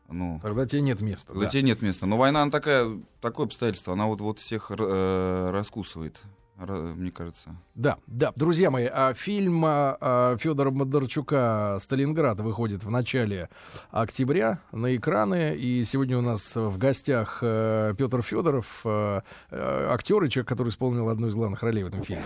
ну... Тогда тебе нет места. Когда да. тебе нет места. Но война, она такая, такое обстоятельство, она вот, вот всех э, раскусывает, ра- мне кажется. Да, да, друзья мои, а, фильм Федора Бондарчука «Сталинград» выходит в начале октября на экраны, и сегодня у нас в гостях э, Петр Федоров, актер э, и человек, который исполнил одну из главных ролей в этом фильме.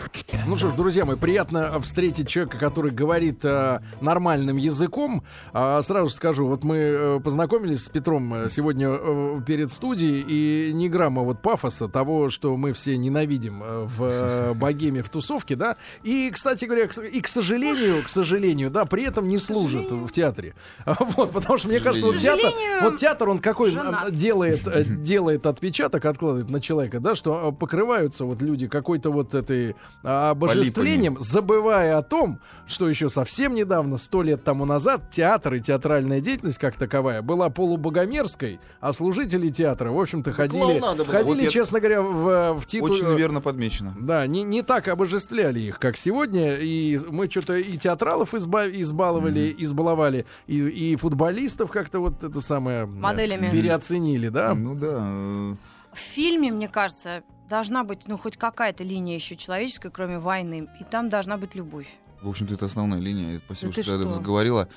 Ну что ж, друзья мои, приятно встретить человека, который говорит э, нормальным языком. А, сразу же скажу, вот мы э, познакомились с Петром э, сегодня э, перед студией, и ни грамма вот пафоса того, что мы все ненавидим э, в э, богеме, в тусовке, да. И, кстати говоря, к с- и, к сожалению, к сожалению, да, при этом не служит в театре. А, Вот, потому что, мне кажется, вот К театр, сожалению, вот театр, он какой женат. э, делает, э, делает отпечаток, откладывает на человека, да, что э, покрываются вот люди какой-то вот этой а, обожествлением, забывая о том, что еще совсем недавно, сто лет тому назад, театр и театральная деятельность как таковая была полубогомерской, а служители театра, в общем-то, ходили, клоунаду была. ходили Вот я- честно говоря, в, в титу- Очень верно подмечено. Да, не, не так обожествляли их, как сегодня. И мы что-то и театралов изба- избаловали, избаловали, и, и футболистов как-то вот это самое... э, Моделями. Переоценили, да? Ну да. э, В фильме, мне кажется, должна быть, ну, хоть какая-то линия еще человеческая, кроме войны. И там должна быть любовь. В общем-то, это основная линия. И Спасибо, Да ты что, ты что? заговорила.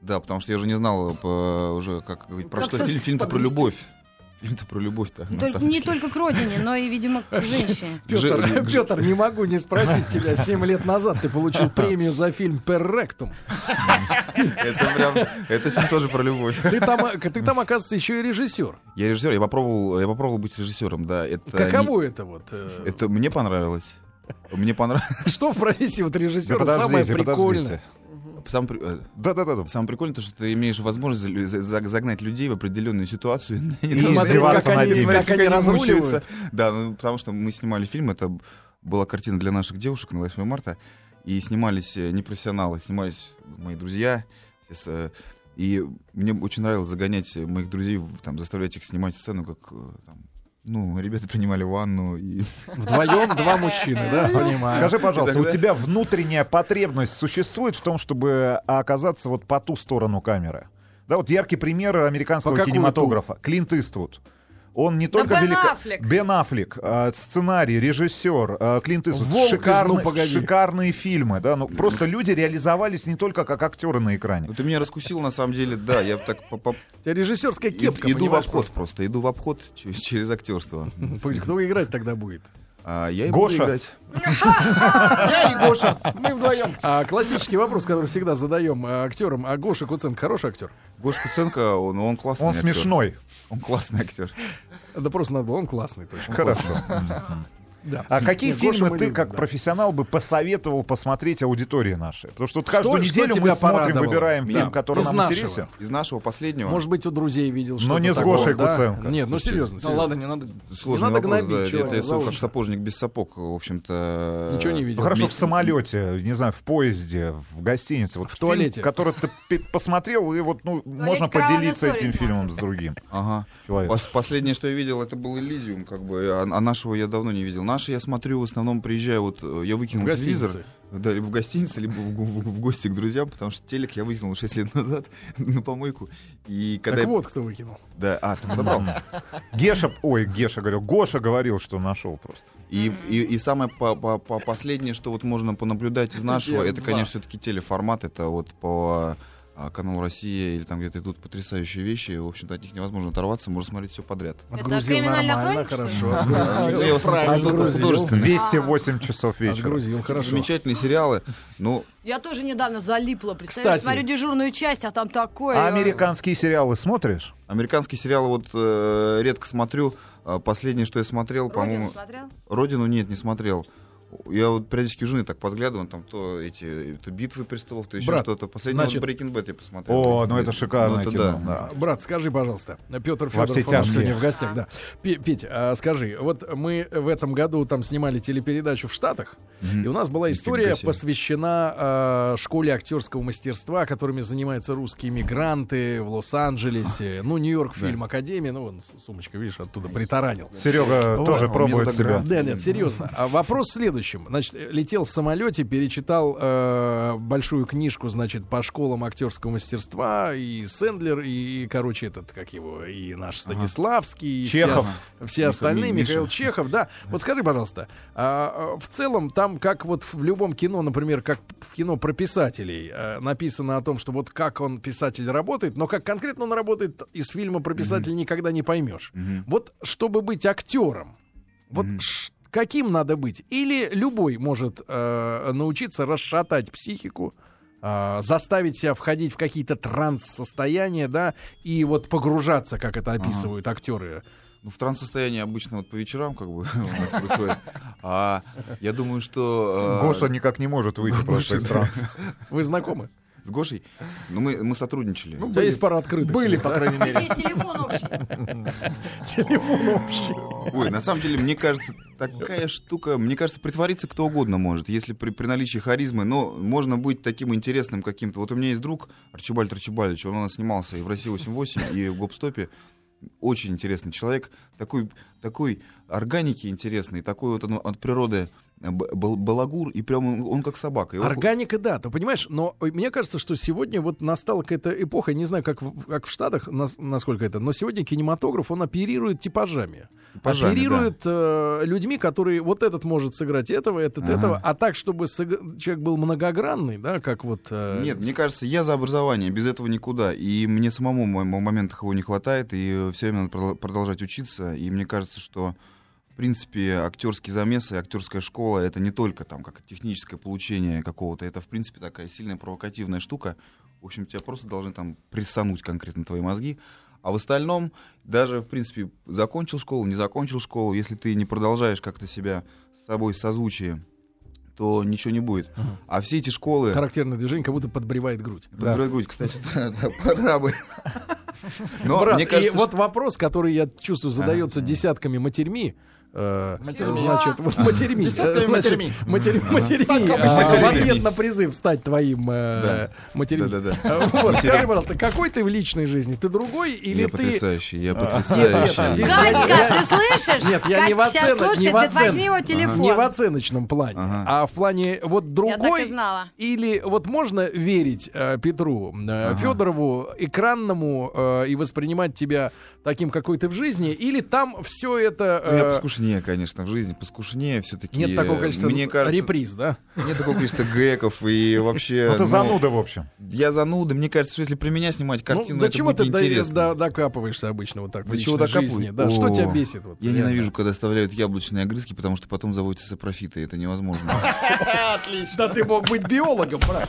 Да, потому что я уже не знал э, по- уже, как говорить, про Как что со- фильм. Фильм-то про подвести. любовь. фильм-то про любовь-то, на Толь- самом не деле. только к родине, но и, видимо, к женщине. Петр, Жи- Петр, не могу не спросить тебя. Семь лет назад ты получил премию за фильм «Перректум». Это прям, это фильм тоже про любовь. Ты там, э, ты там, оказывается, еще и режиссер. Я режиссер, я попробовал, я попробовал быть режиссером, да. Это не- Каково это вот? э, Это мне понравилось. Мне понравилось. Что в профессии вот Да режиссера самое подождите, прикольное? подождите. Сам при- э, Да-да-да. Самое прикольное, то, что ты имеешь возможность за- за- за- загнать людей в определенную ситуацию. И смотреть, издеваться как они- над ними. как они разруливают. мучаются. Да, ну, потому что мы снимали фильм, это была картина для наших девушек на 8 марта, и снимались э, непрофессионалы, снимались мои друзья. все с, э, И мне очень нравилось загонять э, моих друзей, в- там, заставлять их снимать сцену, как э, там, ну, ребята принимали ванну и Вдвоем два мужчины, да, понимаю. Скажи, пожалуйста, Тогда- у тебя внутренняя потребность существует в том, чтобы оказаться вот по ту сторону камеры? Да, вот яркий пример американского По какую кинематографа. Клинт Иствуд. Он не только Бен велика- Аффлек. Бен Аффлек, э, сценарий, режиссер, э, Клинт Иствуд. Волк из «Ну, Шикарные, погоди». шикарные фильмы, да, ну просто люди реализовались не только как актеры на экране. Ну, ты меня раскусил, на самом деле, да. Я так по- по- У тебя режиссерская кепка, и- иду в понимаешь, обход просто. иду в обход через, через актерство. просто. Погоди, Кто играть тогда будет? А я и Гоша. буду играть. Я и Гоша, мы вдвоем. А, классический вопрос, который всегда задаем а, актерам. А Гоша Куценко хороший актер? Гоша Куценко, он, он классный Он актер. смешной. Он классный актер. Да просто надо было, он классный точно. Хорошо. Да. А какие Нет, Гошу фильмы мы ты, любим, как да. профессионал, бы посоветовал посмотреть аудитории нашей? Потому что вот Что- каждую что неделю тебя мы смотрим, порадовало? выбираем Да, фильм, который из нам нашего. интересен. Из нашего последнего. Может быть, у друзей видел что-то Но не с такое, Гошей да? Куценко. Нет, ну Слушайте, серьезно. Ну серьезно. ладно, не надо. сложный не надо вопрос, гнобить да. человека Это я за слышал, как уши. сапожник без сапог, в общем-то. Ничего не видел. видел. Ну хорошо, в вместе. самолете, не знаю, в поезде, в гостинице. Вот В фильм, туалете. который ты пи- посмотрел, и вот ну, можно Кровавая поделиться история этим смотрит. фильмом с другим Ага. человеком. Пос- Последнее, что я видел, это был Элизиум, как бы, а, а нашего я давно не видел. Наши я смотрю, в основном приезжаю, вот э, я выкинул В гостинице. телевизор. Да, либо в гостинице, либо в, гу- в гости к друзьям, потому что телек я выкинул 6 лет назад на помойку. И когда Так я- вот, кто выкинул. Да, а, ты подобрал. Геша, ой, Геша говорил, Гоша говорил, что нашел просто. И, и, и самое по, по- по- последнее, что вот можно понаблюдать из нашего, это, конечно, все-таки телеформат. Это вот по а, каналу Россия или там где-то идут потрясающие вещи. В общем-то, от них невозможно оторваться, можно смотреть все подряд. Отгрузил криминальная нормально, хроника, что ли? хорошо. Я в основном правильно. наблюдаю Отгрузил. художественные. 208 часов вечера. Отгрузил, Ну, хорошо. Замечательные сериалы. Ну, Я тоже недавно залипла, представляешь, Кстати. смотрю дежурную часть, а там такое. А Американские сериалы смотришь? американские сериалы вот э, редко смотрю. А Последнее, что я смотрел, Родину по-моему... смотрел? Родину нет, не смотрел. Я вот периодически у жены так подглядываю, там то эти то битвы престолов, то еще Брат, что-то. Последний значит- вот Breaking Bad я посмотрел. О, Breaking ну это Bad. шикарное Ну это кино. да. да. Брат, скажи, пожалуйста, Петр все Федоров у нас тяжкие. сегодня в гостях, да. Пе- Петь, а скажи, вот мы в этом году там снимали телепередачу в Штатах, и у нас была Нифига история себе. посвящена а, школе актерского мастерства, которыми занимаются русские мигранты в Лос-Анджелесе, ну, Нью-Йорк фильм Академия, ну, вон с- сумочка, видишь, оттуда притаранил. Серега Вот. Э, тоже А, у пробует меня себя. так Да, нет, серьезно. А вопрос в следующем. Значит, э, летел в самолете, перечитал э, большую книжку, значит, по школам актерского мастерства, и Сэндлер, и, короче, этот, как его, и наш Станиславский, и все Чехов. ос- все остальные, Миша. Михаил Чехов, да. Вот скажи, пожалуйста, а, а, в целом там, как вот в любом кино, например, как в кино про писателей, э, написано о том, что вот как он, писатель, работает, но как конкретно он работает, из фильма про писателя никогда не поймешь. Мгм. Вот чтобы быть актером, вот Мгм. ш- каким надо быть? Или любой может э, научиться расшатать психику, э, заставить себя входить в какие-то транс-состояния, да, и вот погружаться, как это описывают актеры. Ну, в транс-состоянии обычно вот по вечерам как бы у нас происходит. А я думаю, что... э, Гоша никак не может выйти просто из транса. Вы знакомы? С Гошей? Ну, мы, мы сотрудничали. У тебя есть пара открытых. Были, по крайней мере. Есть телефон общий. Ой, на самом деле, мне кажется, такая штука... Мне кажется, притвориться кто угодно может, если при, при наличии харизмы. Но можно быть таким интересным каким-то. Вот у меня есть друг Арчибальд Арчибальевич, он у нас снимался и в «России 88», и в «Гопстопе». Очень интересный человек, такой, такой органики интересный, такой вот он от природы б- бал- балагур, и прям он, он как собака. Его- Органика, да, ты понимаешь, но э, мне кажется, что сегодня вот настала какая-то эпоха, я не знаю, как в, как в Штатах, нас- насколько это, но сегодня кинематограф, он оперирует типажами. Типажами, оперирует э, людьми, которые вот этот может сыграть этого, этот Ага. этого, а так, чтобы сыг- человек был многогранный, да, как вот... э, Нет, мне кажется, я за образование, без этого никуда. И мне самому мо- мо- моментах его не хватает, и все время надо продол- продолжать учиться. И мне кажется, что в принципе актерские замесы, актерская школа это не только там как техническое получение какого-то, это в принципе такая сильная провокативная штука. В общем, тебя просто должны там прессануть конкретно твои мозги. А в остальном, даже, в принципе, закончил школу, не закончил школу, если ты не продолжаешь как-то себя с собой созвучие, то ничего не будет. А все эти школы... Характерное движение, как будто подбревает грудь. Да. Подбирать грудь, кстати, да, да, пора бы. Но Брат, мне кажется, и вот вопрос, который, я чувствую, задается десятками матерьми. э, Матерьми. Значит, вот матерьми. Десятками э, значит, матерьми. матери- матерьми, Так, а, матерьми. В ответ на призыв стать твоим э, Да. матерьми. Да-да-да. Э, вот, Матерьми. Скажи, пожалуйста, какой ты в личной жизни? Ты другой или я ты... потрясающий, я Нет, нет, потрясающий. нет. Катька, ты слышишь? Нет, я не в Катя сейчас оценочном. слушает, не в ты оцен- возьми его Не в телефон. оценочном плане, Ага. а в плане вот Я так и другой знала. Или вот можно верить э, Петру э, Федорову экранному э, и воспринимать тебя таким, какой ты в жизни, или там все это. Ну, я э, поскушнее, конечно, в жизни поскушнее все-таки. нет такого количества Мне кажется, реприз, да? Нет такого количества гэков и вообще... Ну, ты зануда, в общем. Я зануда. Мне кажется, что если при меня снимать картину, ну, до это чего будет ты до- интересно. до- докапываешься обычно вот так в До чего личной жизни? докапываюсь? Да, что О, тебя бесит? Вот, Я реально? ненавижу, когда оставляют яблочные огрызки, потому что потом заводятся профиты. Это невозможно. Да ты мог быть биологом, брат.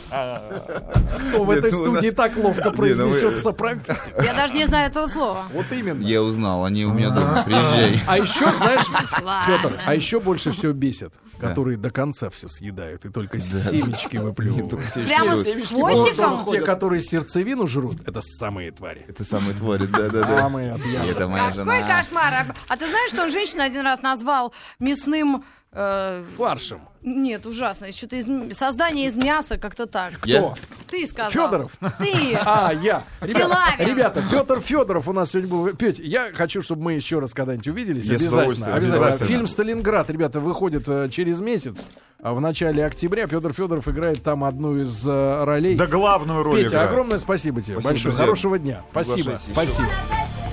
Кто в Нет, этой ну, у нас- студии так ловко ну, произнесет вы- сопромпи? Я даже не знаю этого слова. Вот именно. Я узнал, они у меня дома. Приезжай. А еще, знаешь, Ладно. Петр, а еще больше все бесит, которые до конца все съедают и только семечки выплевывают. Прямо с хвостиком? Те, которые сердцевину жрут, это самые твари. Это самое творит, да-да-да. Самые И отъявы. Это моя Какой жена. кошмар. А- А ты знаешь, что он женщину один раз назвал мясным... э, Фаршем. Нет, ужасно. Что-то из... м- создание из мяса как-то так. Кто? Ты сказал. Федоров? Ты. А, я. Ребята, Лавин. ребята, Петр Федоров у нас сегодня был. Петь, я хочу, чтобы мы еще раз когда-нибудь увиделись. Я с Обязательно. удовольствием, обязательно. обязательно. Фильм «Сталинград», ребята, выходит э, через месяц. а В начале октября Петр Федоров играет там одну из э, ролей. Да главную роль Петя, играю. огромное спасибо тебе. Спасибо, большое. друзья. Хорошего дня. Спасибо. Приглашайте еще. Спасибо. Спасибо.